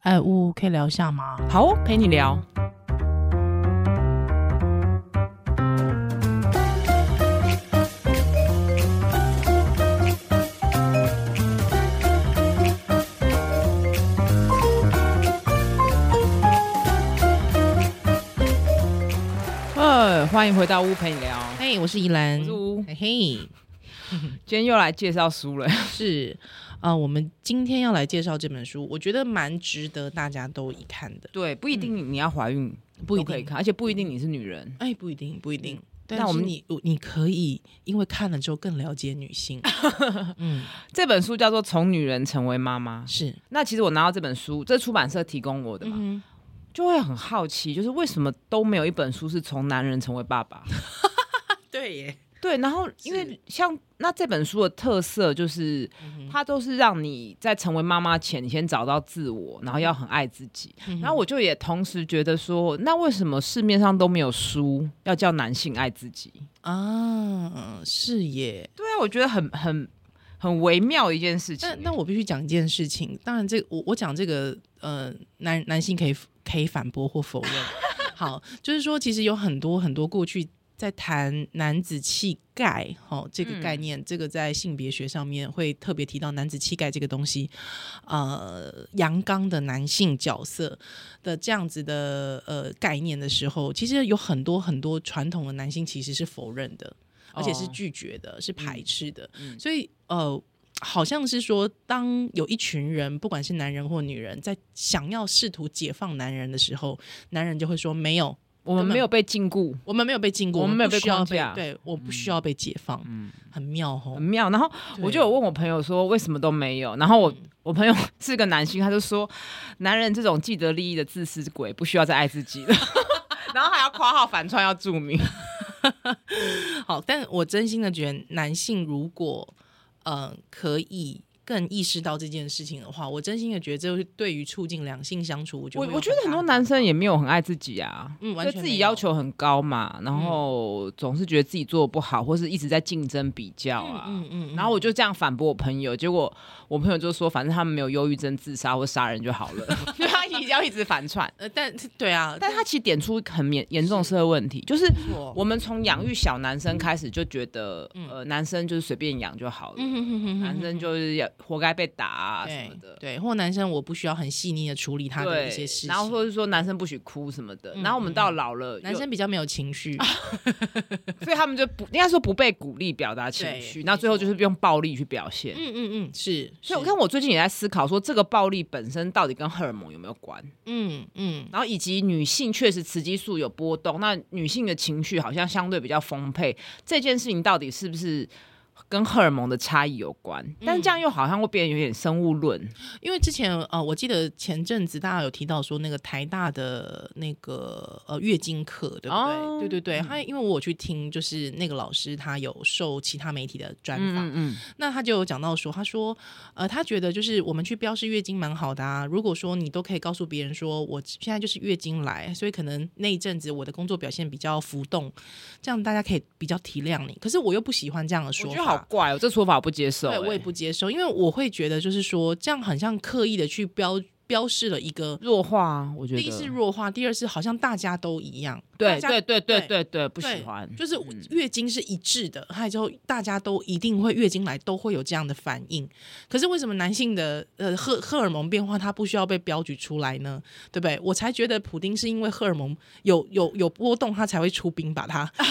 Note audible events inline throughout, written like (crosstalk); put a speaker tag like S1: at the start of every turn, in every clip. S1: 哎，呜，可以聊一下吗？
S2: 好哦，陪你聊。呃，欢迎回到屋陪你聊，
S1: 嘿，我是宜兰，
S2: 我是屋
S1: 嘿嘿，
S2: 嗯今天又来介绍书 (laughs) 了。
S1: 是，呃，我们今天要来介绍这本书，我觉得蛮值得大家都一看的，
S2: 对，不一定你要怀孕，
S1: 不一
S2: 都可以
S1: 定，
S2: 看，而且不一定你是女人。
S1: 哎，不一定，不一定。但
S2: 那我
S1: 我
S2: 们
S1: 们你你可以因为看了之后更了解女 (laughs) 性，嗯，
S2: 这本书叫做《从女人成为妈妈》。
S1: 是，
S2: 那其实我拿到这本书，这出版社提供我的嘛，
S1: 嗯
S2: 就会很好奇，就是为什么都没有一本书是从男人成为爸爸？ (laughs)
S1: 哼，对耶，
S2: 对，然后因为像那这本书的特色就是，
S1: 嗯
S2: 它都是让你在成为妈妈前，你先找到自我，然后
S1: 嗯
S2: 要很爱自己。然后我就也同时觉得说，那为什么市面上都没有书要叫男性爱自己？
S1: 啊，是耶。
S2: 对啊，我觉得很很很微妙的一件事情
S1: 那。那我必须讲一件事情，当然这我我讲这个呃男男性可以可以反驳或否认。好，就是说其实有很多很多过去在谈男子气概哦这个
S2: 嗯
S1: 概念，这个在性别学上面会特别提到男子气概这个东西，呃，阳刚的男性角色的这样子的呃概念的时候，其实有很多很多传统的男性其实是否认的，而且是
S2: 哦
S1: 拒绝的，是排斥的，
S2: 嗯
S1: 所以呃。好像是说，当有一群人，不管是男人或女人，在想要试图解放男人的时候，男人就会说：“没有，
S2: 我们没有被禁锢，
S1: 我们没有被禁锢，
S2: 我们没有
S1: 不
S2: 被
S1: 需要
S2: 框
S1: 被
S2: 架嗯
S1: 对，我不需要被解放。很妙吼
S2: 很。妙。然后我就有问我朋友说为什么都没有，然后我我朋友 (laughs) 是个男性，他就说男人这种既得利益的自私鬼不需要再爱自己了， (laughs) 然后还要括号反串要注明，
S1: 好，但我真心的觉得，男性如果呃可以更意识到这件事情的话，我真心的觉得，这对于促进两性相处，我觉
S2: 我
S1: 得
S2: 我觉得很多男生也没有很爱自己啊。
S1: 嗯，完
S2: 对
S1: 全
S2: 自
S1: 没
S2: 己
S1: 有
S2: 要求很高嘛，然后总是觉得自己做的不好，或是一直在竞争比较啊。
S1: 嗯嗯，
S2: 然
S1: 然后
S2: 后我就这样反驳我朋友，结果我朋友就说，反正他们没有忧郁症、自杀或杀人就好了， (laughs) 因为他一直要一直反串。
S1: 呃，但 (laughs) 对啊，
S2: 但他其实点出很严严重的社会问题，就是
S1: 我
S2: 我们从养育小男生开始就觉得，
S1: 嗯
S2: 呃，男生就是随便养就好了，男生就是要活该被打啊什
S1: 对
S2: 么的。
S1: 对，或男生我不需要很细腻的处理他的一些
S2: 对
S1: 事，情，嗯
S2: 然后或者说男生不许哭什么的，然后我们到老了，
S1: 男生比较没有情绪，
S2: 啊又，所以他们就不应该说不被鼓励表达情绪，
S1: 对
S2: 那最后就是用暴力去表现。
S1: 嗯嗯嗯，是，
S2: 所以我
S1: 是
S2: 看我最近也在思考，说这个暴力本身到底跟荷尔蒙有没有关，
S1: 嗯嗯
S2: 然后以及女性确实雌激素有波动，那女性的情绪好像相对比较丰沛，这件事情到底是不是跟荷尔蒙的差异有关？
S1: 嗯
S2: 但是这样又好像会变得有点生物论，
S1: 因为之前呃，我记得前阵子大家有提到说那个台大的那个呃月经课，对不对？
S2: 哦
S1: 对对对，他因为我有去听，就是那个老师他有受其他媒体的专访，
S2: 嗯
S1: 那他就有讲到说，他说呃，他觉得就是我们去标示月经蛮好的啊，如果说你都可以告诉别人说我现在就是月经来，所以可能那一阵子我的工作表现比较浮动，这样大家可以比较体谅你。可是我又不喜欢这样的
S2: 我
S1: 说
S2: 觉
S1: 法，
S2: 得好怪哦，这说法我不接受、
S1: 对，我也
S2: 哎
S1: 不接受，因为我会觉得就是说，这样很像刻意的去标标示了一个，
S2: 弱化啊，我觉
S1: 第一是
S2: 得。
S1: 弱化，第二是好像大家都一样，
S2: 对
S1: 大家
S2: 对对对
S1: 对
S2: 对对，不
S1: 对
S2: 喜欢。
S1: 就是月经是一致的，还有之后大家都一定会月经来都会有这样的反应。可是为什么男性的呃荷荷尔蒙变化它不需要被标举出来呢？对不对？我才觉得普丁是因为荷尔蒙有有有波动，他才会出兵把他。
S2: 啊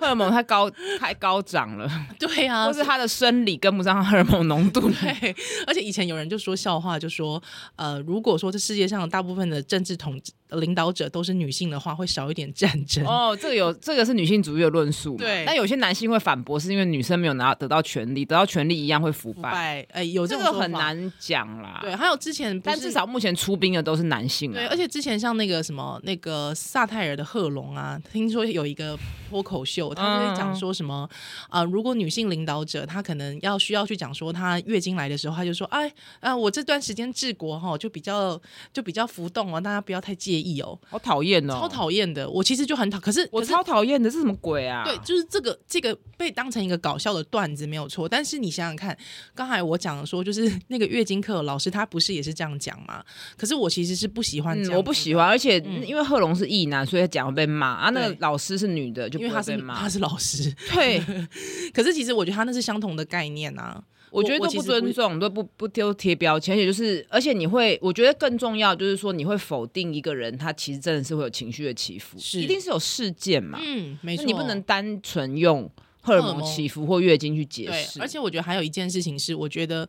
S2: 荷尔蒙太
S1: (laughs)
S2: 高太高涨了，
S1: 对 (laughs) 啊，
S2: 或是他的生理跟不上荷尔蒙浓度。
S1: 对，而且以前有人就说笑话，就说呃，如果说这世界上大部分的政治统治领导者都是女性的话，会少一点战争。
S2: (laughs) 哦，这个有这个是女性主义的论述嘛，
S1: 对
S2: 但有些男性会反驳，是因为女生没有拿得到权利，得到权利一样会腐
S1: 腐
S2: 败，
S1: 败，哎，有
S2: 哦这
S1: 种
S2: 个
S1: 说
S2: 很
S1: 法。
S2: 难讲啦。
S1: 对，还有之前不
S2: 但
S1: 是
S2: 至少目前出兵的都是男性
S1: 对，
S2: 啊
S1: 而。且之前像那个什么那个萨泰尔的贺龙啊，听说有一个脱口秀，他就会
S2: 嗯
S1: 讲说什么啊、呃如果女性领导者她可能要需要去讲说她月经来的时呃候，她就说，哎，啊、我这段时间治国哈，就比较就比较浮动哦，大家不要太介议哦，
S2: 好讨厌哦，
S1: 超讨厌的。我其实就很讨，可是
S2: 我
S1: 可是
S2: 超讨厌的，这什么鬼啊？
S1: 对，就是这个这个被当成一个搞笑的段子没有错，但是你想想看，刚才我讲说，就是那个月经课老师他不是也是这样讲吗？可是我其实是不喜欢这样、
S2: 嗯，我不喜，欢，而且因为贺龙是异男，所以他讲会被骂啊。那个
S1: 对
S2: 老师是女的，就
S1: 因
S2: 不
S1: 为他
S2: 会被
S1: 是
S2: 骂
S1: 他。是老师， (laughs)
S2: 对，
S1: 可是其实我觉得他那是相同的概念啊。
S2: 我觉得
S1: 我
S2: 都
S1: 其
S2: 不
S1: 实
S2: 尊重，都不不丢贴标签，而且就是，而且你会，我觉得更重要就是说，你会否定一个人，他其实真的是会有情绪的起伏，
S1: 是
S2: 一定是有事件嘛。
S1: 嗯，没
S2: 那
S1: 错，
S2: 你不能单纯用荷尔
S1: 荷尔
S2: 蒙
S1: 蒙
S2: 起伏或月经去解
S1: 对，
S2: 释。
S1: 而且我觉得还有一件事情是，我觉得，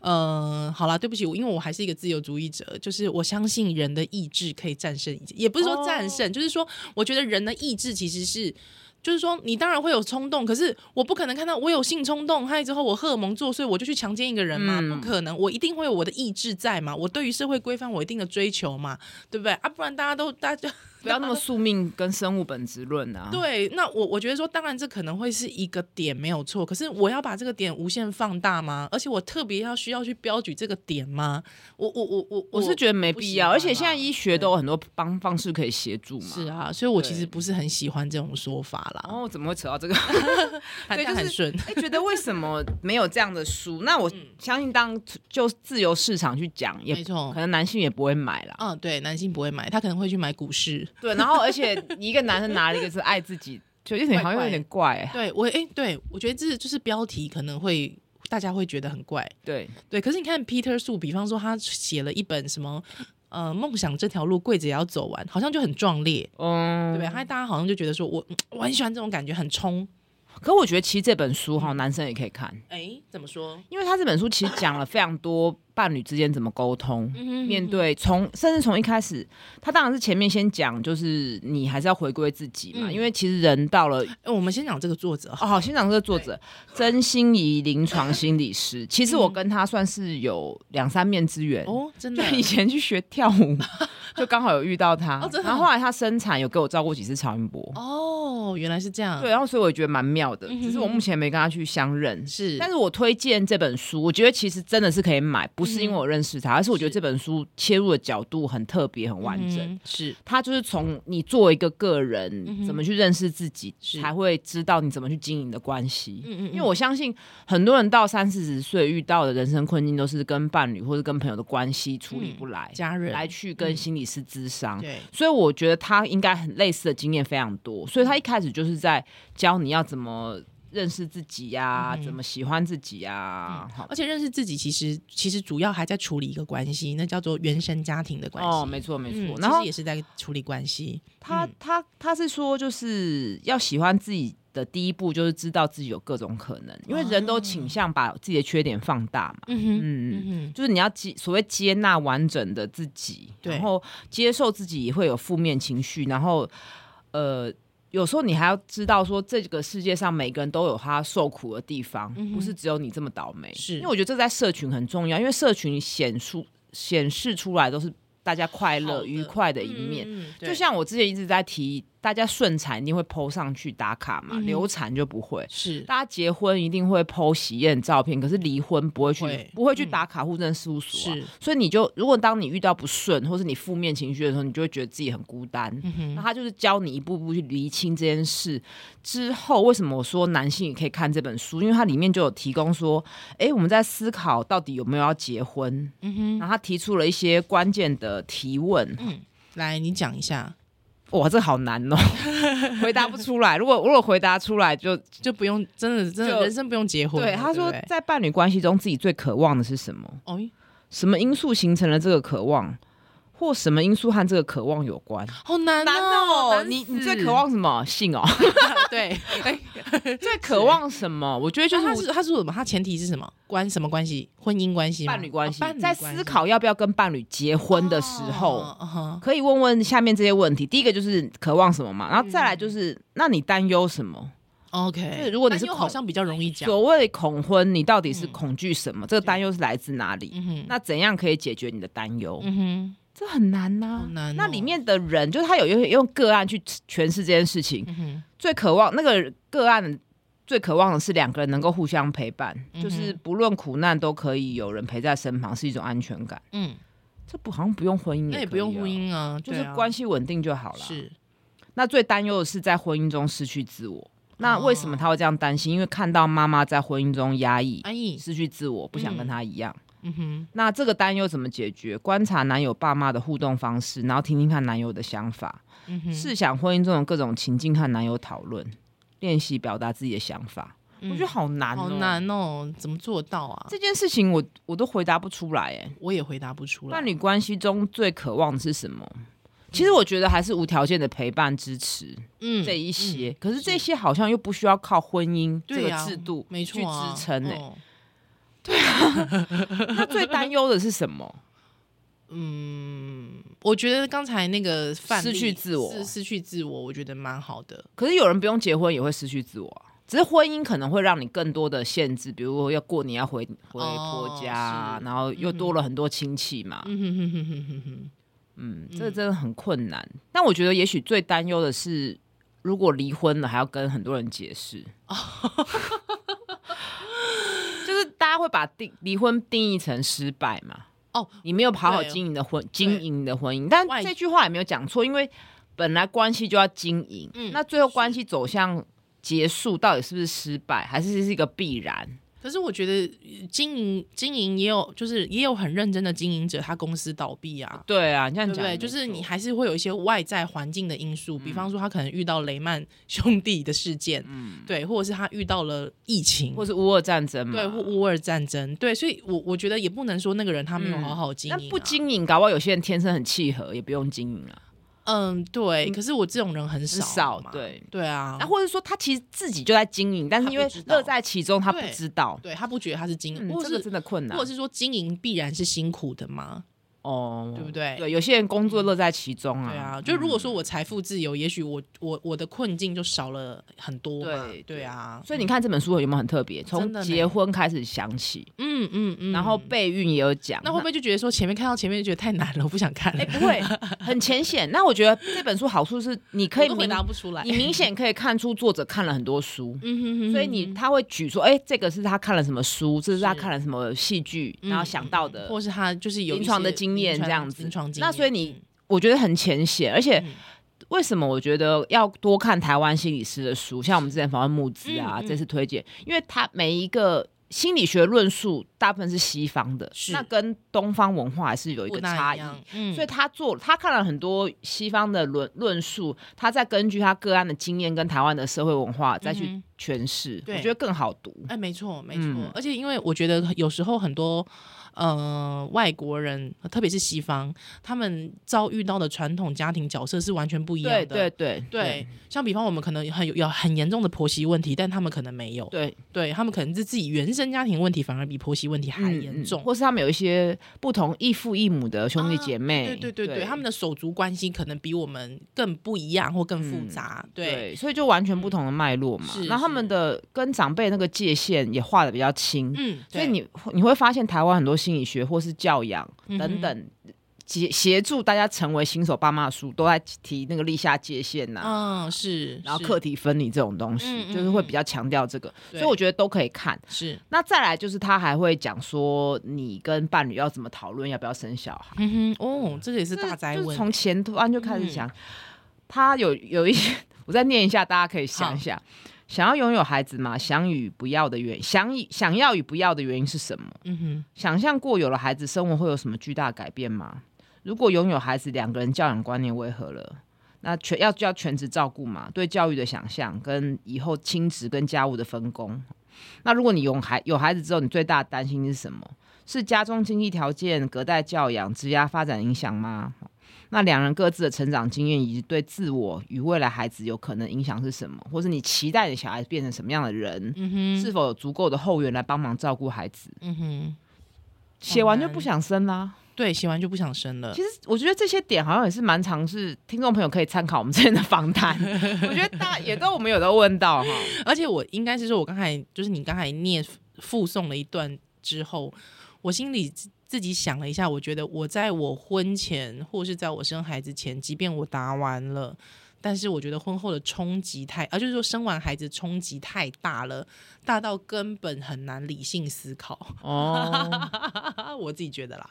S1: 呃，好啦，对不起，我因为我还是一个自由主义者，就是我相信人的意志可以战胜一切，也不是
S2: 哦
S1: 说战胜，就是说，我觉得人的意志其实是。就是说，你当然会有冲动，可是我不可能看到我有性冲动，害之后我荷尔蒙作祟，我就去强奸一个人嘛？
S2: 嗯
S1: 不可能，我一定会有我的意志在嘛，我对于社会规范我一定的追求嘛，对不对啊？不然大家都大家
S2: 不要那么宿命跟生物本质论啊。
S1: 对，那我我觉得说，当然这可能会是一个点没有错，可是我要把这个点无限放大吗？而且我特别要需要去标举这个点吗？我我我我
S2: 我是觉得没
S1: 不
S2: 必
S1: 喜
S2: 要，
S1: 欢
S2: 而且现在
S1: 啦
S2: 医学都有很多方方式可以协助嘛。
S1: 是啊，所以我其
S2: 对
S1: 实不是很喜欢这种说法
S2: 然
S1: 啦，
S2: 哦后怎么会扯到这个？ (laughs)
S1: 反
S2: 对
S1: 正
S2: 就是
S1: 很顺。
S2: 哎、觉得为什么没有这样的书？那我相信，当就自由市场去讲，也
S1: 嗯没错
S2: 可能男性也不会买啦。
S1: 嗯，对，男性不会买，他可能会去买股市。
S2: 对，然后而且你一个男生拿了一个是爱自己，就有点好像有点怪、欸。
S1: 对我，哎、对我觉得这就是标题可能会大家会觉得很怪，
S2: 对，
S1: 对，可是你看 Peter Su，比方说他写了一本什么，呃，梦想这条路跪着也要走完，好像就很壮烈，
S2: 嗯，
S1: 对不对？他大家好像就觉得说我嗯我很喜欢这种感觉，很冲。
S2: 可我觉得其实这本书
S1: 嗯
S2: 哈，男生也可以看，
S1: 哎，怎么说？
S2: 因为他这本书其实讲了非常多伴侣之间怎么沟通。
S1: 嗯
S2: 面对从甚至从一开始，他当然是前面先讲，就是你还是要回归自己嘛，
S1: 嗯
S2: 因为其实人到了
S1: 哎我们先讲这个作者
S2: 哦，好，先讲这个作者曾心怡临床心
S1: (laughs)
S2: 理师。其实我跟他算是有两三面之缘。
S1: 哦，真
S2: 就
S1: 的，
S2: 以前去学
S1: (laughs)
S2: 跳舞，就刚好有遇到他，
S1: 哦真的
S2: 然后后来他生产有给我照顾几次超音波，
S1: 哦，原来是这样，
S2: 对，，然后所以我觉得蛮妙的，
S1: 嗯哼
S2: 只是我目前没跟他去相认。
S1: 是，
S2: 但是我推荐这本书，我觉得其实真的是可以买，不是因
S1: 嗯
S2: 为我认识他，而是我觉得这本书切入的角度很特别、很完整。
S1: 嗯是
S2: 他就是从你作为一个个人，
S1: 嗯哼
S2: 怎么去认识自己，
S1: 是
S2: 才会知道你怎么去经营的关系。
S1: 嗯嗯嗯
S2: 因为我相信很多人到三四十岁遇到的人生困境，都是跟伴侣或者跟朋友的关系处理不来，
S1: 嗯家人嗯
S2: 来去跟心理师咨商。
S1: 对，
S2: 所以我觉得他应该很类似的经验非常多，所以他一开始就是在教你要怎么认识自己呀、怎么喜欢自己呀、嗯好
S1: 而且认识自己，其实其实主要还在处理一个关系，那叫做原生家庭的关系。
S2: 哦，没错没
S1: 嗯
S2: 错。
S1: 其
S2: 然后
S1: 实也是在处理关系，
S2: 他他他是说，就是要喜欢自己的第一步，就是知道自己有各种可能，因为人都倾向把自己的缺点放大嘛。
S1: 嗯哼，
S2: 嗯，
S1: 嗯
S2: 就是你要接所谓接纳完整的自己，
S1: 对
S2: 然后接受自己也会有负面情绪，然后呃。有时候你还要知道，说这个世界上每个人都有他受苦的地方，
S1: 嗯哼
S2: 不是只有你这么倒霉。
S1: 是
S2: 因为我觉得这在社群很重要，因为社群显出显示出来都是大家快
S1: 好
S2: 乐、
S1: 的
S2: 愉快的
S1: 哼，
S2: 一面。
S1: 嗯，嗯嗯
S2: 就像我之前一直在提，大家顺产一定会 PO 上去打卡嘛，
S1: 嗯哼
S2: 流产就不会
S1: 对。是
S2: 大家结婚一定会 PO 喜宴照片，可是离婚不会去，
S1: 会嗯
S2: 不会去打卡户政事务所、啊。
S1: 是，
S2: 所以你就，如果当你遇到不顺，或是你负面情绪的时候，你就会觉得自己很孤单。
S1: 嗯哼
S2: 那他就是教你一步步去厘清这件事之后，为什么我说男性也可以看这本书？因为它里面就有提供说，诶，我们在思考到底有没有要结婚，
S1: 嗯哼，嗯
S2: 然后他提出了一些关键的提问，
S1: 来你讲一下，
S2: 哇，这好难
S1: (laughs)
S2: 哦，回答不出来。如果如果回答出来就，
S1: 就不用真的真
S2: 就
S1: 的人生不用结婚了。
S2: 对他说
S1: 不对，
S2: 在伴侣关系中自己最渴望的是什么？
S1: 哦，
S2: 什么因素形成了这个渴望，或什么因素和这个渴望有关？
S1: 好难哦难
S2: 哦你你
S1: 死
S2: 最渴望什么？性
S1: (laughs)
S2: 哦， (laughs)
S1: 对，
S2: 最渴望什么？我觉得就
S1: 哎就是他是
S2: 是
S1: 他说什么？他前提是什么关什么关系？婚姻关系吗、
S2: 伴侣关系，
S1: 哦伴侣
S2: 在思考要不要跟伴侣结婚的时候。
S1: 哦嗯哼
S2: 可以问问下面这些问题，第一个就是渴望什么嘛，
S1: 嗯
S2: 然后再来就是，那你担忧什么？
S1: ，OK。
S2: 对如果你是
S1: 担忧
S2: 恐
S1: 好像比较容易讲，
S2: 所谓恐婚，你到底是
S1: 嗯
S2: 恐惧什么？这个担忧是来自哪里？
S1: 嗯哼，
S2: 那怎样可以解决你的担忧？
S1: 嗯
S2: 这很难呐、
S1: 好难哦
S2: 那里面的人，就是他有用用个案去诠释这件事情，
S1: 哼，嗯哼，
S2: 最渴望那个个案最渴望的是两个人能够互相陪伴，
S1: 嗯哼
S2: 就是不论苦难都可以有人陪在身旁，是一种安全感。
S1: 嗯，
S2: 这不好像不用婚姻、
S1: 那也不用婚，姻啊，
S2: 就是
S1: 对啊
S2: 关系稳定就好了。
S1: 是
S2: 那最担忧的是在婚姻中失去自我。那为
S1: 哦
S2: 什么他会这样担心？因为看到妈妈在婚姻中压抑、
S1: 安逸，
S2: 失去自我，不想跟她一样。
S1: 哎嗯哼，
S2: 那这个担忧怎么解决？观察男友爸妈的互动方式，然后听听看男友的想法，
S1: 嗯哼，
S2: 试想婚姻中的各种情境和男友讨论，练习表达自己的想法。
S1: 嗯
S2: 我觉得好难、哦，
S1: 好。难哦，怎么做到啊？
S2: 这件事情我我都回答不出来哎。
S1: 我也回答不出来。
S2: 伴侣关系中最渴望的是什么？其实我觉得还是无条件的陪伴支持
S1: 嗯
S2: 这一些，
S1: 嗯
S2: 可是这些好像又不需要靠婚姻这
S1: 对
S2: 个
S1: 啊
S2: 制度
S1: 没
S2: 去
S1: 错啊嗯
S2: 支撑哎。
S1: 哦
S2: 那最担忧的是什么？
S1: 我觉得刚才那个范例
S2: 失去自我
S1: 是失去自我，我觉得蛮好的。
S2: 可是有人不用结婚也会失去自我啊、只是婚姻可能会让你更多的限制，比如说要过年要回回
S1: 哦
S2: 婆家啊，
S1: 是
S2: 然后又多了很多亲戚嘛。
S1: 嗯哼哼哼哼哼哼，
S2: 嗯，这真的很困难。但我觉得也许最担忧的是，如果离婚了还要跟很多人解
S1: (laughs)
S2: 释。就是大家会把定离婚定义成失败嘛？
S1: 哦，
S2: 你没有好好
S1: 对
S2: 经营的婚经营的婚姻，但
S1: 外
S2: 这句话也没有讲错，因为本来关系就要经营，
S1: 嗯
S2: 那最后关系走向结束，到底是不是失败，还是是一个必然？
S1: 可是我觉得呃经营经营也有，就是也有很认真的经营者，他公司倒闭啊。
S2: 对啊，你这样
S1: 对不
S2: 讲
S1: 对？
S2: 没错，嗯
S1: 就是你还是会有一些外在环境的因素，比方说他可能遇到雷曼兄弟的事件，对，或者是他遇到了疫情，
S2: 或是嗯乌俄战争嘛，
S1: 对，或乌俄战争，对，所以我我觉得也不能说那个人他没有好好经营、
S2: 嗯那
S1: 啊
S2: 不经营，搞不好有些人天生很契合，也不用经营啊，
S1: 嗯，对。可是我这种人很
S2: 很
S1: 少
S2: 少
S1: 嘛，
S2: 对。
S1: 对啊
S2: 那、，或者说他其实自己就在经营，但是因为
S1: 他不知道
S2: 乐在其中，他不
S1: 对
S2: 知道，
S1: 对他不觉得他是经营，
S2: 嗯，
S1: 或
S2: 这
S1: 者
S2: 个
S1: 是
S2: 真的困难
S1: 或者是说经营必然是辛苦的嘛，
S2: 哦，
S1: 对不对？
S2: 对，有些人工作乐在其中啊，
S1: 对啊，就如果说我财富自由，也许我我我的困境就少了很多嘛。
S2: 对
S1: 对啊，
S2: 所以你看这本书有没有很特别？从
S1: 真的呢
S2: 结婚开始想起，
S1: 嗯嗯嗯，
S2: 然后备孕也有讲，
S1: 那会不会就觉得说前面看到前面就觉得太难 (laughs) 了，我不想看了
S2: 哎、？不会很浅显？那我觉得这本书好处是你可以
S1: 我都回
S2: 明
S1: 答不出来。
S2: 你明显可以看出作者看了很多书。
S1: 嗯哼哼
S2: 所以你他会举说，哎、这个是他看了什么书，这是他看了什么戏剧，然后想到
S1: 嗯
S2: 的。
S1: 或是他就是有一
S2: 临床的
S1: 些
S2: 经验
S1: 临床
S2: 这样子
S1: 临床经验。
S2: 那所以你，我觉得很浅显，而且
S1: 嗯
S2: 为什么我觉得要多看台湾心理师的书，像我们之前访问木子啊，
S1: 嗯嗯
S2: 这次推荐，因为他每一个心理学论述大部分是西方的，
S1: 是
S2: 那跟东方文化还是有一
S1: 不
S2: 个
S1: 大
S2: 差异。
S1: 样，嗯，
S2: 所以他做，他看了很多西方的论论述，他再根据他个案的经验跟台湾的社会文化再去
S1: 嗯
S2: 诠释，
S1: 对
S2: 我觉得更好读。
S1: 哎，没错，没错。
S2: 嗯
S1: 而且因为我觉得有时候很多呃外国人，特别是西方，他们遭遇到的传统家庭角色是完全不一样
S2: 对
S1: 的。
S2: 对对
S1: 对像比方我们可能很有有很严重的婆媳问题，但他们可能没有。
S2: 对，
S1: 对他们可能是自己原生家庭问题，反而比婆媳问题还
S2: 嗯
S1: 严重。啊
S2: 或是他们有一些不同异父异母的兄弟姐妹，
S1: 对对对对，他们的手足关系可能比我们更不一样或更
S2: 嗯
S1: 复杂。对，嗯
S2: 对，所以就完全不同的脉络嘛
S1: 是。
S2: 然后他们的跟长辈那个界限也画的比较清，
S1: 嗯，
S2: 所
S1: 对
S2: 以你你会发现台湾很多心理学或是教养
S1: 嗯哼
S2: 等等。协协助大家成为新手爸妈的书，都在提那个立下界限呐、
S1: 嗯是，
S2: 啊然后
S1: 是
S2: 课题分离这种东西，
S1: 嗯嗯
S2: 就是会比较强调这个，
S1: 对
S2: 所以我觉得都可以看。
S1: 是，
S2: 那再来就是他还会讲说，你跟伴侣要怎么讨论要不要生小孩，
S1: 嗯哼，哦，这个也是大灾
S2: 就是
S1: 问。嗯
S2: 从前端就开始讲。他有有一些，我再念一下，大家可以想一下。想要拥有孩子吗？想与不要的原想以想要与不要的原因是什么？
S1: 嗯哼，
S2: 想象过有了孩子，生活会有什么巨大改变吗？如果拥有孩子，两个人教养观念为何了？那全要要全职照顾嘛？对教育的想象跟以后亲职跟家务的分工。那如果你有孩有孩子之后，你最大的担心是什么？是家中经济条件、隔代教养、职业发展影响吗？那两人各自的成长经验以及对自我与未来孩子有可能影响是什么？或是你期待你小孩变成什么样的人？
S1: 嗯哼，
S2: 是否有足够的后援来帮忙照顾孩子？
S1: 嗯哼，
S2: 写完就不想生啦、
S1: 对，写完就不想生了。
S2: 其实我觉得这些点好像也是蛮常是听众朋友可以参考我们之前的访
S1: (laughs)
S2: 谈，我觉得大也都我们有都问到哈。
S1: 而且呃我应该是说，我刚才就是你刚才念附送了一段之后，我心里自自己想了一下，我觉得我在我婚前或是在我生孩子前，即便我答完了。但是我觉得婚后的冲击太，啊，就是说生完孩子冲击太大了，大到根本很难理性思考。 (laughs) 嗯
S2: 哦，
S1: 我自己觉得啦，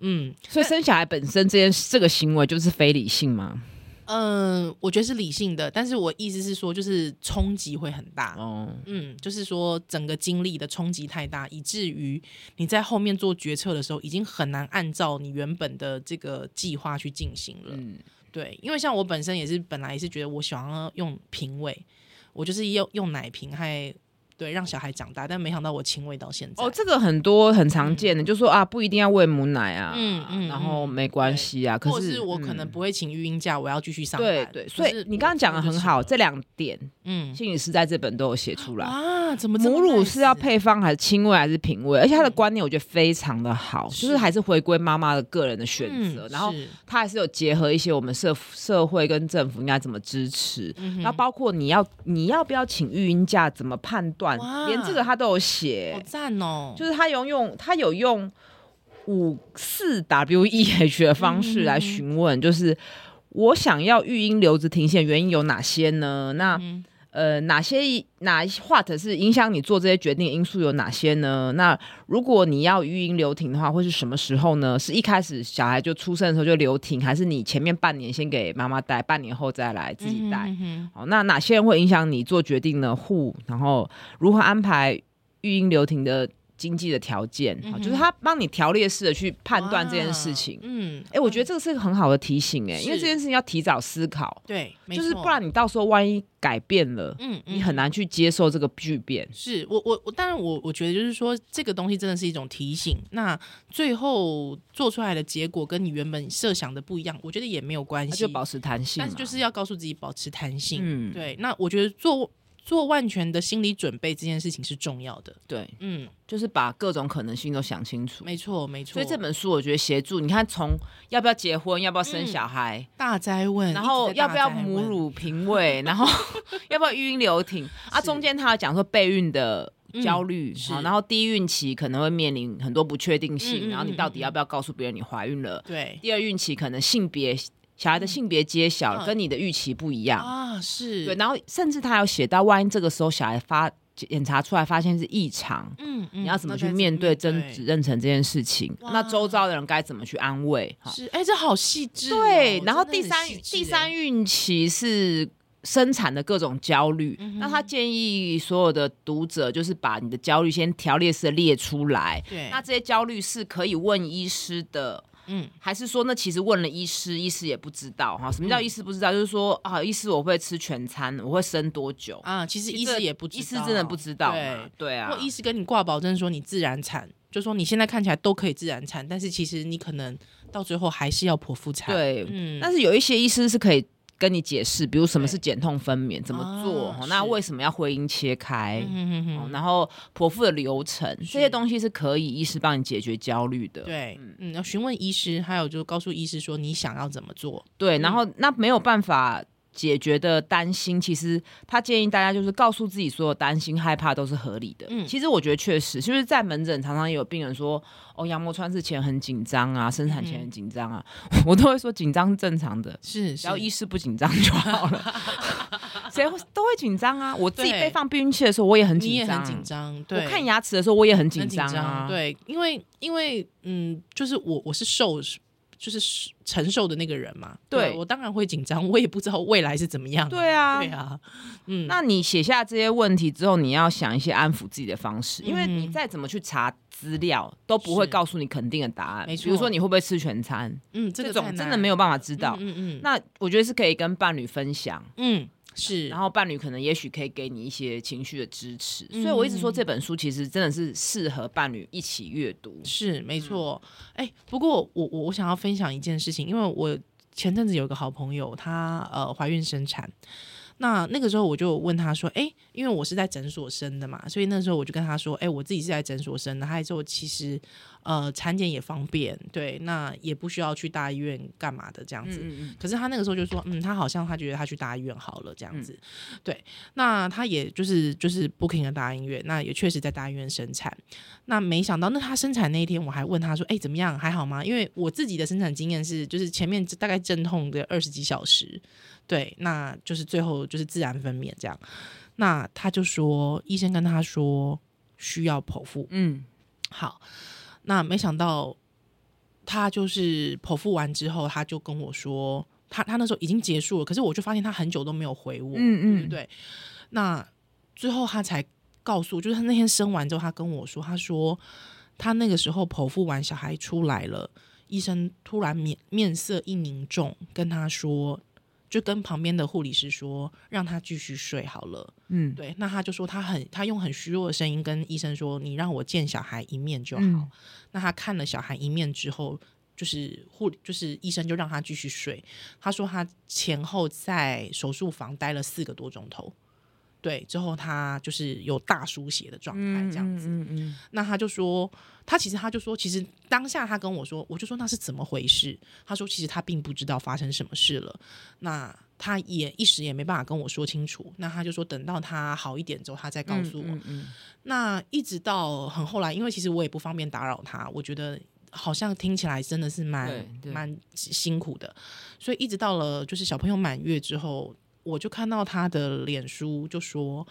S1: 嗯
S2: 所以生小孩本身这件这个行为就是非理性
S1: (laughs)
S2: 吗？
S1: 嗯、呃我觉得是理性的，但是我意思是说，就是冲击会很大。
S2: 哦，
S1: 嗯，就是说整个经历的冲击太大，以至于你在后面做决策的时候，已经很难按照你原本的这个计划去进行了。
S2: 嗯，
S1: 对，因为像我本身也是本来也是觉得我想要用瓶喂，我就是用用奶瓶还对让小孩长大，但没想到我亲喂到现在。
S2: 哦，这个很多很常见的，就说啊，不一定要喂母奶啊，
S1: 嗯嗯
S2: 然后没关系啊，
S1: 或
S2: 可
S1: 者
S2: 是
S1: 是我可能不会请育婴假，我要继续上
S2: 对
S1: 班。
S2: 对，
S1: 可
S2: 所
S1: 是
S2: 以你刚刚讲的
S1: 我
S2: 很好，
S1: 我就
S2: 这两点
S1: 是嗯，
S2: 心理师在这本都有写出来。
S1: 啊，怎么这么
S2: 母乳是要
S1: nice？
S2: 配方还是亲喂还是品喂？而且他
S1: 嗯
S2: 的观念我觉得非常的好，就是
S1: 是
S2: 还是回归妈妈的个人的选择，
S1: 嗯
S2: 然后
S1: 是
S2: 他还是有结合一些我们社社会跟政府应该怎么支持，
S1: 嗯哼
S2: 然后包括你要你要不要请育婴假，怎么判断，
S1: 哇
S2: 连这个他都有
S1: 好
S2: 写，
S1: 赞哦，
S2: 就是他有用他有用五四 W E H 的方式来询问，就是我想要育婴留职停线原因有哪些呢？那、
S1: 嗯
S2: 呃，哪些哪一或者是影响你做这些决定的因素有哪些呢？那如果你要育婴留停的话，会是什么时候呢？是一开始小孩就出生的时候就留停，还是你前面半年先给妈妈带，半年后再来自己带？
S1: 嗯哼
S2: 好，那哪些人会影响你做决定呢？Who，然后如何安排育婴留停的经济的条件？好，就是
S1: 嗯哼
S2: 他帮你条列式的去判断这件事
S1: 哇
S2: 情。
S1: 嗯，
S2: 哎、我觉得这个是个很好的提醒、哎，因为
S1: 是
S2: 这件事情要提早思考，
S1: 对，没
S2: 就是
S1: 错
S2: 不然你到时候万一改变了，
S1: 嗯，
S2: 你
S1: 嗯
S2: 很难去接受这个巨变。
S1: 是我我我，当然我我觉得就是说，这个东西真的是一种提醒。那最后做出来的结果跟你原本设想的不一样，我觉得也没有关
S2: 它
S1: 系，
S2: 就保持弹性嘛，
S1: 但是就是要告诉自己保持弹性。
S2: 嗯，对
S1: 对，那我觉得做做万全的心理准备这件事情是重要的。
S2: 对，
S1: 嗯，
S2: 就是把各种可能性都想清楚。
S1: 没错没错。
S2: 所以这本书我觉得协助你看，从要不要结婚，要不要生
S1: 嗯
S2: 小孩，
S1: 大灾问，
S2: 然后
S1: 一直在
S2: 要
S1: 大
S2: 不要
S1: 灾
S2: 母
S1: 问
S2: 乳平
S1: (laughs)
S2: 喂，然后要不要育婴留停啊？
S1: 是嗯
S2: 中间他有讲说备孕的焦虑，
S1: 是
S2: 好，然后低孕期可能会面临很多不确定性，
S1: 嗯嗯
S2: 然后你
S1: 嗯
S2: 到底
S1: 嗯
S2: 要不要告诉别人你怀孕了？
S1: 对
S2: 第二孕期可能性别小孩的性别揭晓，
S1: 嗯
S2: 跟你的预期不一样，
S1: 啊？是
S2: 对，然后甚至他还有写到，万一这个时候小孩发检查出来发现是异常。
S1: 嗯，嗯
S2: 你要怎么
S1: 那
S2: 去
S1: 该
S2: 面对真
S1: 对
S2: 妊娠这件事情？
S1: 哇
S2: 那周遭的人该怎么去安慰？哈
S1: 是哎，这好细致哦。
S2: 对，然后
S1: 真的
S2: 第
S1: 很
S2: 三
S1: 细致
S2: 第
S1: 哎
S2: 三孕期是生产的各种焦虑，
S1: 嗯
S2: 那他建议所有的读者就是把你的焦虑先条列式地列出来。
S1: 欸对，
S2: 那这些焦虑是可以问医师的，
S1: 嗯
S2: 还是说那其实问了医师，医师也不知道哈？什
S1: 嗯
S2: 么叫医师不知道？就是说啊，医师我会吃全餐，我会生多久？
S1: 啊，其实
S2: 其实
S1: 医
S2: 这
S1: 师也不知道，
S2: 医师真的不知道嘛
S1: 对，？
S2: 对啊
S1: 或，医师跟你挂保证说你自然产，就说你现在看起来都可以自然产，但是其实你可能到最后还是要剖腹产。，
S2: 对，
S1: 嗯，
S2: 但是有一些医师是可以跟你解释，比如什么是
S1: 对
S2: 减痛分娩，怎么做，
S1: 啊
S2: 哦那
S1: 是
S2: 为什么要会阴切开，
S1: 嗯哼
S2: 哦
S1: 哼，
S2: 然后剖腹的流程，这些
S1: 是
S2: 东西是可以医师帮你解决焦虑的。
S1: 对，嗯，要询问医师，还有就告诉医师说你想要怎么做。
S2: 对然后那没有办法。解决的担心，其实他建议大家就是告诉自己，所有担心、害怕都是合理的。
S1: 嗯
S2: 其实我觉得确实，就是在门诊常常也有病人说，哦，羊膜穿刺前很紧张啊，生产
S1: 嗯
S2: 前很紧张啊， (laughs) 我都会说紧张是正常的，
S1: 是，
S2: 只要
S1: 是
S2: 医师不紧张就好了。
S1: (laughs)
S2: 谁会都会紧张啊！我自己
S1: 对
S2: 被放避孕器的时候，我也很
S1: 你
S2: 紧
S1: 也
S2: 张，
S1: 很紧。张，
S2: 我
S1: 对，
S2: 看牙齿的时候，我也很紧
S1: 很紧
S2: 张啊。，
S1: 对，因为因为嗯，就是我我是受就是承受的那个人嘛，
S2: 对
S1: 我当然会紧张，我也不知道未来是怎么样。
S2: 对啊
S1: 对啊，嗯，
S2: 那你写下这些问题之后，你要想一些安抚自己的方式，因为
S1: 嗯
S2: 你再怎么去查资料，都不会
S1: 是
S2: 告诉你肯定的答案。
S1: 没错
S2: 比如说你会不会吃全餐，
S1: 嗯，这个
S2: 种
S1: 太
S2: 真的
S1: 难
S2: 没有办法知道。
S1: 嗯嗯嗯，
S2: 那我觉得是可以跟伴侣分享，
S1: 嗯是，
S2: 然后伴侣可能也许可以给你一些情绪的支持。
S1: 嗯
S2: 所以我一直说这本书其实真的是适合伴侣一起阅读。
S1: 是没错。哎、不过我我我想要分享一件事情，因为我前阵子有一个好朋友，她呃怀孕生产。那那个时候我就问她说：“哎、因为我是在诊所生的嘛，所以那时候我就跟她说：‘哎、我自己是在诊所生的。’还有之后其实呃产检也方便，对，那也不需要去大医院干嘛的这样子。
S2: 嗯嗯
S1: 可是她那个时候就说：‘嗯，她好像她觉得她去大医院好了这样子。对，那她也就是就是 booking 了大医院，那也确实在大医院生产。那没想到，那她生产那一天，我还问她说：“哎、怎么样？还好吗？”因为我自己的生产经验是，就是前面大概阵痛的二十几小时，对，那就是最后就是自然分娩这样。那她就说，医生跟她说需要剖腹。
S2: 嗯
S1: 好，那没想到他就是剖腹完之后，他就跟我说，他他那时候已经结束了，可是我就发现他很久都没有回我，对
S2: 嗯
S1: 不
S2: 嗯，
S1: 对？那最后他才告诉，就是他那天生完之后，他跟我说，他说他那个时候剖腹完小孩出来了，医生突然面面色一凝重，跟他说，就跟旁边的护理师说，让他继续睡好了。
S2: 嗯，
S1: 对，那他就说他很，他用很虚弱的声音跟医生说：“你让我见小孩一面就好。
S2: 嗯
S1: 那他看了小孩一面之后，就是护，就是医生就让他继续睡。他说他前后在手术房待了四个多钟头，对，之后他就是有大输血的状态这样子。
S2: 嗯嗯嗯
S1: 那他就说，他其实他就说，其实当下他跟我说，我就说那是怎么回事？他说其实他并不知道发生什么事了，那他也一时也没办法跟我说清楚。那他就说等到他好一点之后，他再告诉我。
S2: 嗯嗯
S1: 那一直到很后来，因为其实我也不方便打扰他，我觉得好像听起来真的是蛮
S2: 对对
S1: 蛮辛苦的，所以一直到了就是小朋友满月之后，我就看到他的脸书就说。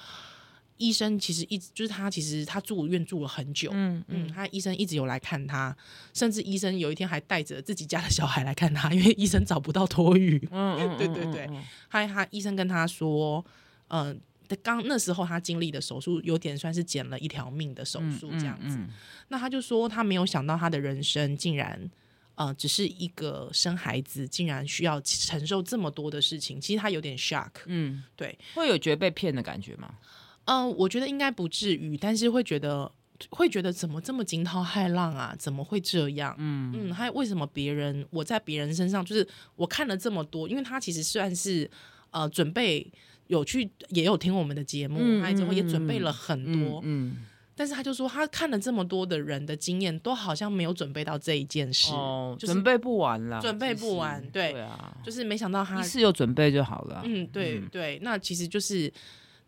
S1: 医生其实一直就是他，其实他住院住了很久，
S2: 嗯
S1: 嗯，他医生一直有来看他，甚至医生有一天还带着自己家的小孩来看他，因为医生找不到托育。
S2: 嗯嗯，
S1: 对对对，他他医生跟他说，嗯、呃，刚那时候他经历的手术有点算是捡了一条命的手术这样子。
S2: 嗯
S1: 那他就说他没有想到他的人生竟然。呃，只是一个生孩子，竟然需要承受这么多的事情，其实他有点 shock。
S2: 嗯，
S1: 对，
S2: 会有觉得被骗的感觉吗？
S1: 嗯，我觉得应该不至于，但是会觉得会觉得怎么这么惊涛骇浪啊？怎么会这样？嗯嗯，还有为什么别人我在别人身上就是我看了这么多，因为他其实算是呃准备有去也有听我们的节目，
S2: 嗯
S1: 他之后也准备
S2: 嗯嗯
S1: 了很多，
S2: 嗯，
S1: 但是他就说他看了这么多的人的经验，都好像没有准备到这一件事，
S2: 哦，
S1: 就是
S2: 准备不完了，
S1: 准备不完
S2: 其实
S1: 对
S2: 对啊，
S1: 就是没想到他
S2: 一次有准备就好了。
S1: 嗯，对
S2: 嗯
S1: 对，那其实就是，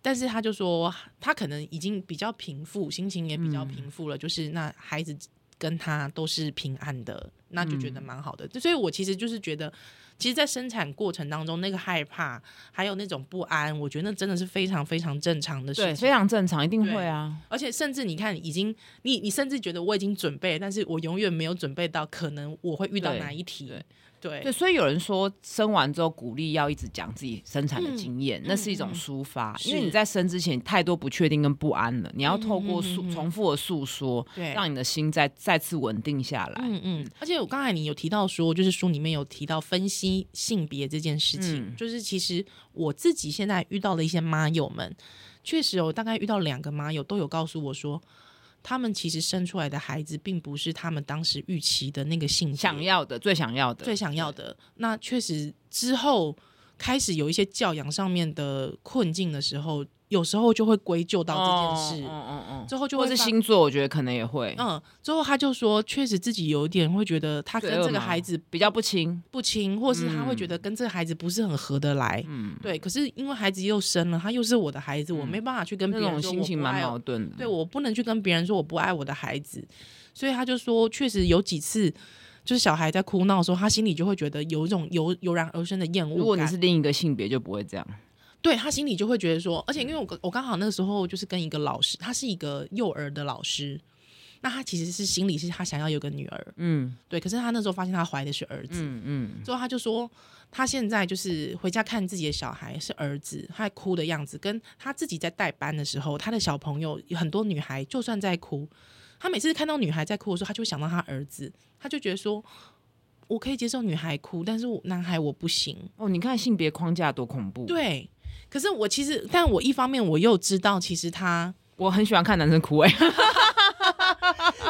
S1: 但是他就说他可能已经比较平复，心情也比
S2: 嗯
S1: 较平复了，就是那孩子跟他都是平安的，那就
S2: 嗯
S1: 觉得蛮好的。所以我其实就是觉得，其实，在生产过程当中，那个害怕还有那种不安，我觉得那真的是非常非常正常的
S2: 对，
S1: 事
S2: 非
S1: 情。
S2: 常正常，一定会啊。
S1: 而且甚至你看，已经你你甚至觉得我已经准备了，但是我永远没有准备到可能我会遇到
S2: 对
S1: 哪一题。
S2: 对
S1: 对
S2: 对，所以有人说生完之后鼓励要一直讲自己生产的经验，
S1: 嗯
S2: 那是一种抒发，
S1: 嗯
S2: 因为你在生之前太多不确定跟不安了，你要透过
S1: 嗯
S2: 诉、
S1: 嗯嗯嗯
S2: 重复的诉说，
S1: 对
S2: 让你的心再再次稳定下来。
S1: 嗯嗯，而且我刚才你有提到说，就是书里面有提到分析性别这件事情，
S2: 嗯
S1: 就是其实我自己现在遇到的一些妈友们，确实有大概遇到两个妈友都有告诉我说，他们其实生出来的孩子并不是他们当时预期的那个性别
S2: 想要的，最想要的，
S1: 最想要的。那确实之后开始有一些教养上面的困境的时候，有时候就会归咎到这件事，
S2: 嗯嗯嗯嗯，
S1: 之后就
S2: 或
S1: 会
S2: 是
S1: 发
S2: 星座，我觉得可能也会，
S1: 嗯，之后他就说，确实自己有一点会觉得他跟
S2: 罪恶
S1: 这个
S2: 嘛
S1: 孩子
S2: 比较不清。
S1: 不亲，或是他会觉得跟这个孩子不是很合得来。
S2: 嗯，
S1: 对，可是因为孩子又生了，他又是我的孩子，我没办法去跟
S2: 那
S1: 别
S2: 种
S1: 人说
S2: 心
S1: 我
S2: 情
S1: 不
S2: 蛮
S1: 爱
S2: 矛。盾的。
S1: 对，我不能去跟别人说我不爱我的孩子，所以他就说，确实有几次就是小孩在哭闹的时候，他心里就会觉得有一种油油然而生的厌
S2: 如果
S1: 恶
S2: 你
S1: 感。
S2: 是另一个性别，就不会这样。
S1: 对他心里就会觉得说，而且因为我我刚好那个时候就是跟一个老师，他是一个幼儿的老师，那他其实是心里是他想要有个女儿，
S2: 嗯
S1: 对，可是他那时候发现他怀的是儿子，
S2: 嗯嗯，
S1: 之后他就说，他现在就是回家看自己的小孩是儿子，他还哭的样子，跟他自己在带班的时候，他的小朋友有很多女孩就算在哭，他每次看到女孩在哭的时候，他就会想到他儿子，他就觉得说，我可以接受女孩哭，但是我男孩我不行。
S2: 哦，你看性别框架多恐怖。，
S1: 对，可是我其实，但我一方面我又知道，其实他
S2: 我很喜欢看男生
S1: (laughs)
S2: 哭，哎，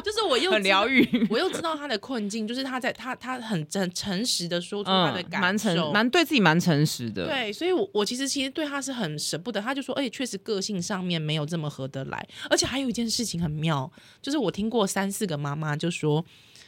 S1: 就是我又
S2: (laughs) 很
S1: 知道
S2: 疗愈。
S1: 我又知道他的困境，就是他在他他很诚诚实的说出他的感
S2: 嗯，
S1: 受，
S2: 蛮诚蛮对自己蛮诚实的。，
S1: 对，所以我，我其实其实对他是很舍不得。他就说，而哎且确实个性上面没有这么合得来。而且还有一件事情很妙，就是我听过三四个妈妈就说，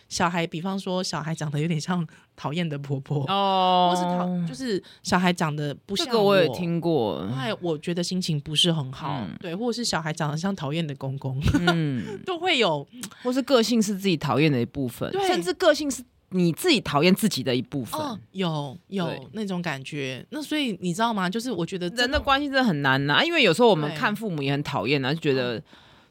S1: 小孩，比方说小孩长得有点像 (laughs) 讨厌的婆婆，
S2: 哦，
S1: 或是讨，就是小孩长得不
S2: 这
S1: 像
S2: 个我也。听过。
S1: 哎，我觉得心情不是很好，
S2: 嗯
S1: 对，或者是小孩长得像讨厌的公公，
S2: 嗯，
S1: 都会有
S2: 或是个性是自己讨厌的一部分，
S1: 对
S2: 甚至个性是你自己讨厌自己的一部分。
S1: 哦，有
S2: 对
S1: 有那种感觉。那所以你知道吗？就是我觉得真
S2: 人的关系真的很难呐、因为有时候我们
S1: 对嗯
S2: 看父母也很讨厌啊，就觉得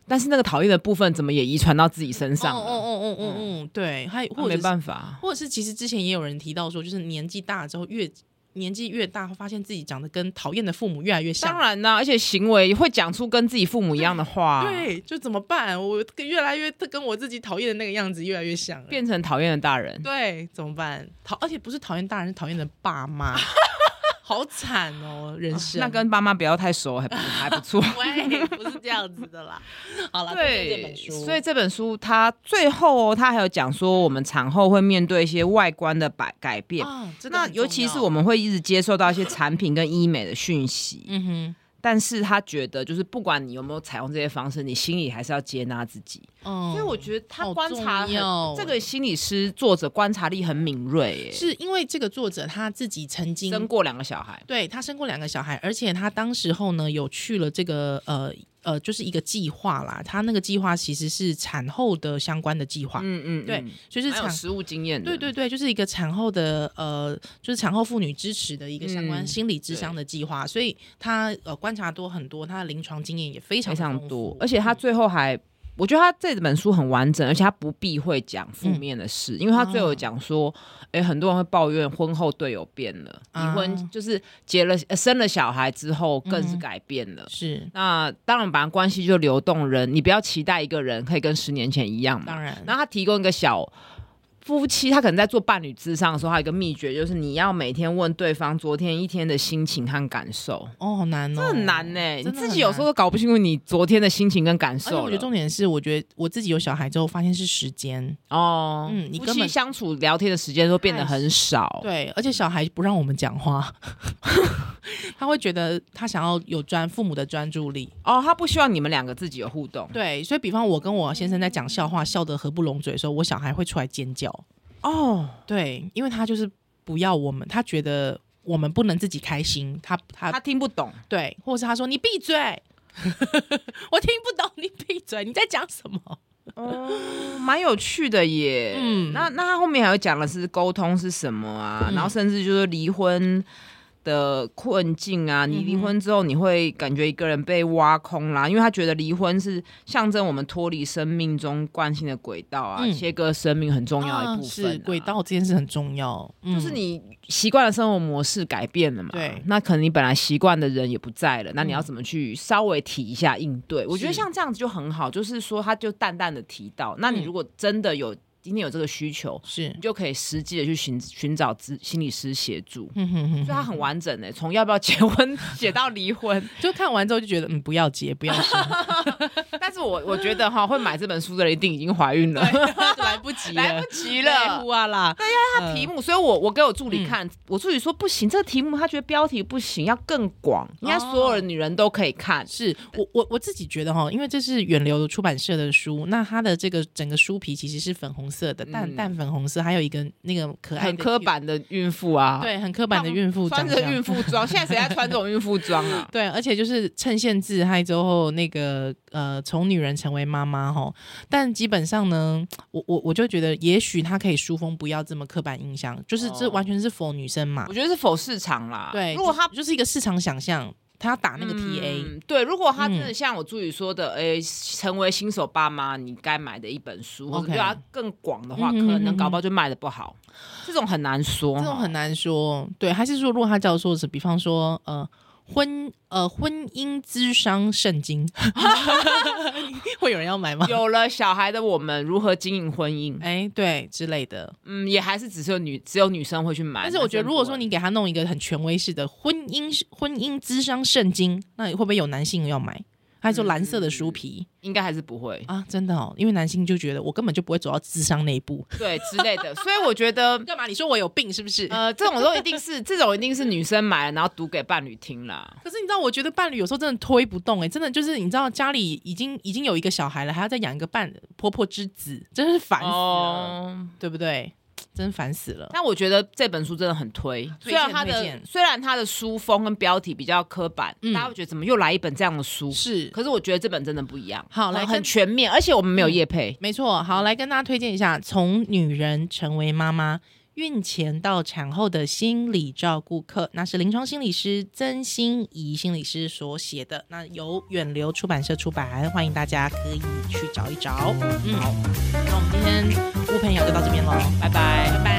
S2: 但是那个讨厌的部分怎么也遗传到自己身上
S1: 哦
S2: 了？
S1: 哦哦哦哦哦，对，还
S2: 那
S1: 或者
S2: 啊嗯没
S1: 是
S2: 办法，
S1: 或者是其实之前也有人提到说，就是年纪大了之后越年纪越大，会发现自己长得跟讨厌的父母越来越像
S2: 当。然啦、而且行为会讲出跟自己父母一样的话，，
S1: 对，就怎么办？我跟越来越跟我自己讨厌的那个样子越来越像了。
S2: 变成讨厌的大人。
S1: 对，怎么办？讨，而且不是讨厌大人，是讨厌的爸
S2: (laughs)
S1: 妈，好惨哦，人生。
S2: 啊那跟爸妈不要太熟，还不还不
S1: (laughs)
S2: 错。
S1: 喂，不是这样子的啦。 (laughs) 好啦，推荐这
S2: 对
S1: 本，书，
S2: 所以这本书它最后哦，它还有讲说我们产后会面对一些外观的改改变。
S1: 啊，真的
S2: 那
S1: 很
S2: 尤
S1: 重
S2: 其是
S1: 要
S2: 我，们会一直接受到一些产品跟医美的讯息，
S1: 嗯哼，
S2: 但是他觉得就是不管你有没有采用这些方式，你心里还是要接纳自己。
S1: 嗯，
S2: 所以我觉得他
S1: 好
S2: 观察
S1: 重
S2: 很
S1: 要哦
S2: 这个心理师作者观察力很敏锐、欸，
S1: 是因为这个作者他自己曾经
S2: 生过两个小孩，
S1: 对他生过两个小孩，而且他当时候呢有去了这个呃呃，就是一个计划啦。他那个计划其实是产后的相关的计划，
S2: 嗯嗯，
S1: 对
S2: 嗯，
S1: 就是
S2: 蛮有
S1: 产
S2: 实务经验的，
S1: 对对对，就是一个产后的呃，就是产后妇女支持的一个相关
S2: 嗯
S1: 心理智商的计划。所以他呃观察多很多，他的临床经验也非常
S2: 非常
S1: 丰
S2: 多
S1: 富，嗯
S2: 而且他最后还。我觉得他这本书很完整，而且他不避讳讲负
S1: 嗯
S2: 面的事，因为他
S1: 哦
S2: 最后有讲说，哎、很多人会抱怨婚后队友变了，离
S1: 啊
S2: 婚就是结了、呃生了小孩之后更是
S1: 嗯
S2: 改变了。
S1: 是
S2: 那当然，本来关系就流动人，你不要期待一个人可以跟十年前一样嘛。
S1: 当然，
S2: 然后他提供一个小夫妻，他可能在做伴侣智商的时候，他有一个秘诀就是你要每天问对方昨天一天的心情和感受，
S1: 哦好难哦，
S2: 这很难呢、
S1: 真
S2: 你
S1: 的
S2: 自
S1: 很
S2: 己有
S1: 难
S2: 时候都搞不清楚你昨天的心情跟感
S1: 而且我
S2: 受
S1: 觉得
S2: 了。
S1: 重点是，我觉得我自己有小孩之后，发现是时间。
S2: 哦，
S1: 嗯你
S2: 夫
S1: 根
S2: 妻
S1: 本
S2: 相处聊天的时间都变得很少。
S1: 对，而且小孩不让我们讲话， (laughs) 他会觉得他想要有专父母的专注力。
S2: 哦，他不希望你们两个自己有互动。
S1: 对，所以比方我跟我先生在讲笑话，笑得合不拢嘴的时候，我小孩会出来尖叫。
S2: 哦，
S1: 对，因为他就是不要我们，他觉得我们不能自己开心，他他
S2: 他听不懂。
S1: 对，或者是他说你闭嘴。我听不懂你闭嘴，你在讲什么？
S2: 哦，蛮有趣的耶。
S1: 嗯
S2: 嗯，那那他后面还有讲的是沟通是什么啊，
S1: 嗯
S2: 然后甚至就是离婚的困境啊。你离
S1: 嗯哼
S2: 婚之后，你会感觉一个人被挖空啦，因为他觉得离婚是象征我们脱离生命中惯性的轨道啊，
S1: 嗯
S2: 切割生命很重要的一部分、啊
S1: 是轨。道这件事很重要，啊嗯就
S2: 就是你习惯的生活模式改变了嘛？
S1: 对嗯
S2: 那可能你本来习惯的人也不在了，那你要怎么去稍微提一下应对？我觉得
S1: 是
S2: 像这样子就很好，就是说他就淡淡的提到，那你
S1: 嗯
S2: 如果真的有今天有这个需求，
S1: 是
S2: 你，就可以实际的去寻寻找咨心理师协助。
S1: 嗯哼哼
S2: 所以他很完整呢，从要不要结婚 (laughs) 写到离婚。
S1: 就看完之后就觉得，嗯，不要结，不要生，
S2: (laughs) 但是我我觉得哈，会买这本书的人一定已经怀孕了， (laughs)
S1: 来不及了，
S2: 来不及
S1: 对
S2: 了
S1: 呼。啊啦！对呀，
S2: 他题目，所以我我给我助理看，我助理说不行，这个题目他觉得标题不行，要更广，应该所有的女人都可以看。
S1: 是我我我自己觉得哈，因为这是远流出版社的书，那它的这个整个书皮其实是粉红色的，淡
S2: 嗯
S1: 淡粉红色，还有一个那个可爱的
S2: 很刻
S1: Q-
S2: 板的孕妇啊，，
S1: 对，很刻板的孕妇
S2: 穿
S1: 长
S2: 着
S1: 相？
S2: 孕。妇装，现在谁在穿这种孕妇装啊 (laughs)
S1: 对，而且就是衬线自嗨之后，那个呃，从女人成为妈妈哈，但基本上呢，我我我就觉得，也许它可以疏风，不要这么刻板印象，就是这
S2: 哦
S1: 完全是否女生嘛
S2: 我，觉得是否市场啦。
S1: 对，
S2: 如果
S1: 就
S2: 他
S1: 就是一个市场想象，他要打那个 TA，、
S2: 嗯对，如果他真的像我助理说的，诶，成为新手爸妈，你该买的一本书，或者
S1: OK
S2: 对他更广的话，
S1: 嗯嗯嗯
S2: 可能
S1: 嗯
S2: 搞不好就卖的不好。这种很难说，
S1: 这种很难说。对，还是说，如果他叫做是，比方说，呃，婚呃婚姻之商圣经，会有人要买吗？
S2: 有了小孩的我们如何经营婚姻？
S1: (laughs) 哎、对之类的。
S2: 嗯，也还是只是有女只有女生会去买。
S1: 但是我觉得，如果说你给他弄一个很权威式的婚姻婚姻之商圣经，那会不会有男性要买？还说蓝色的书皮、
S2: 男生不会应该还是不会
S1: 啊，真的哦，因为男性就觉得我根本就不会走到智商那一步。
S2: 对之类的，所以我觉得
S1: 干嘛？你说我有病是不是？
S2: 呃，这种都一定是这种一定是女生买了然后读给伴侣听啦。
S1: 可是你知道，我觉得伴侣有时候真的推不动哎、真的就是你知道家里已经已经有一个小孩了，还要再养一个伴婆婆之子，真是烦死了，
S2: 哦，
S1: 对不对？真烦死了。
S2: 但我觉得这本书真的很推，
S1: 推荐
S2: 虽然它
S1: 推
S2: 的
S1: 荐
S2: 虽然它的书风跟标题比较刻板，
S1: 嗯
S2: 大家会觉得怎么又来一本这样的书？
S1: 是，
S2: 可是我觉得这本真的不一样，
S1: 好来
S2: 很
S1: 跟
S2: 很全面，而且我们没有
S1: 嗯
S2: 叶配。
S1: 没错。好，来跟大家推荐一下《从女人成为妈妈：孕前到产后的心理照顾课，那是临床心理师曾心怡心理师所写的，那由远流出版社出版，欢迎大家可嗯以去找一找。嗯，好，那我们今天乌朋友就到这边喽，
S2: 拜拜。
S1: 拜拜。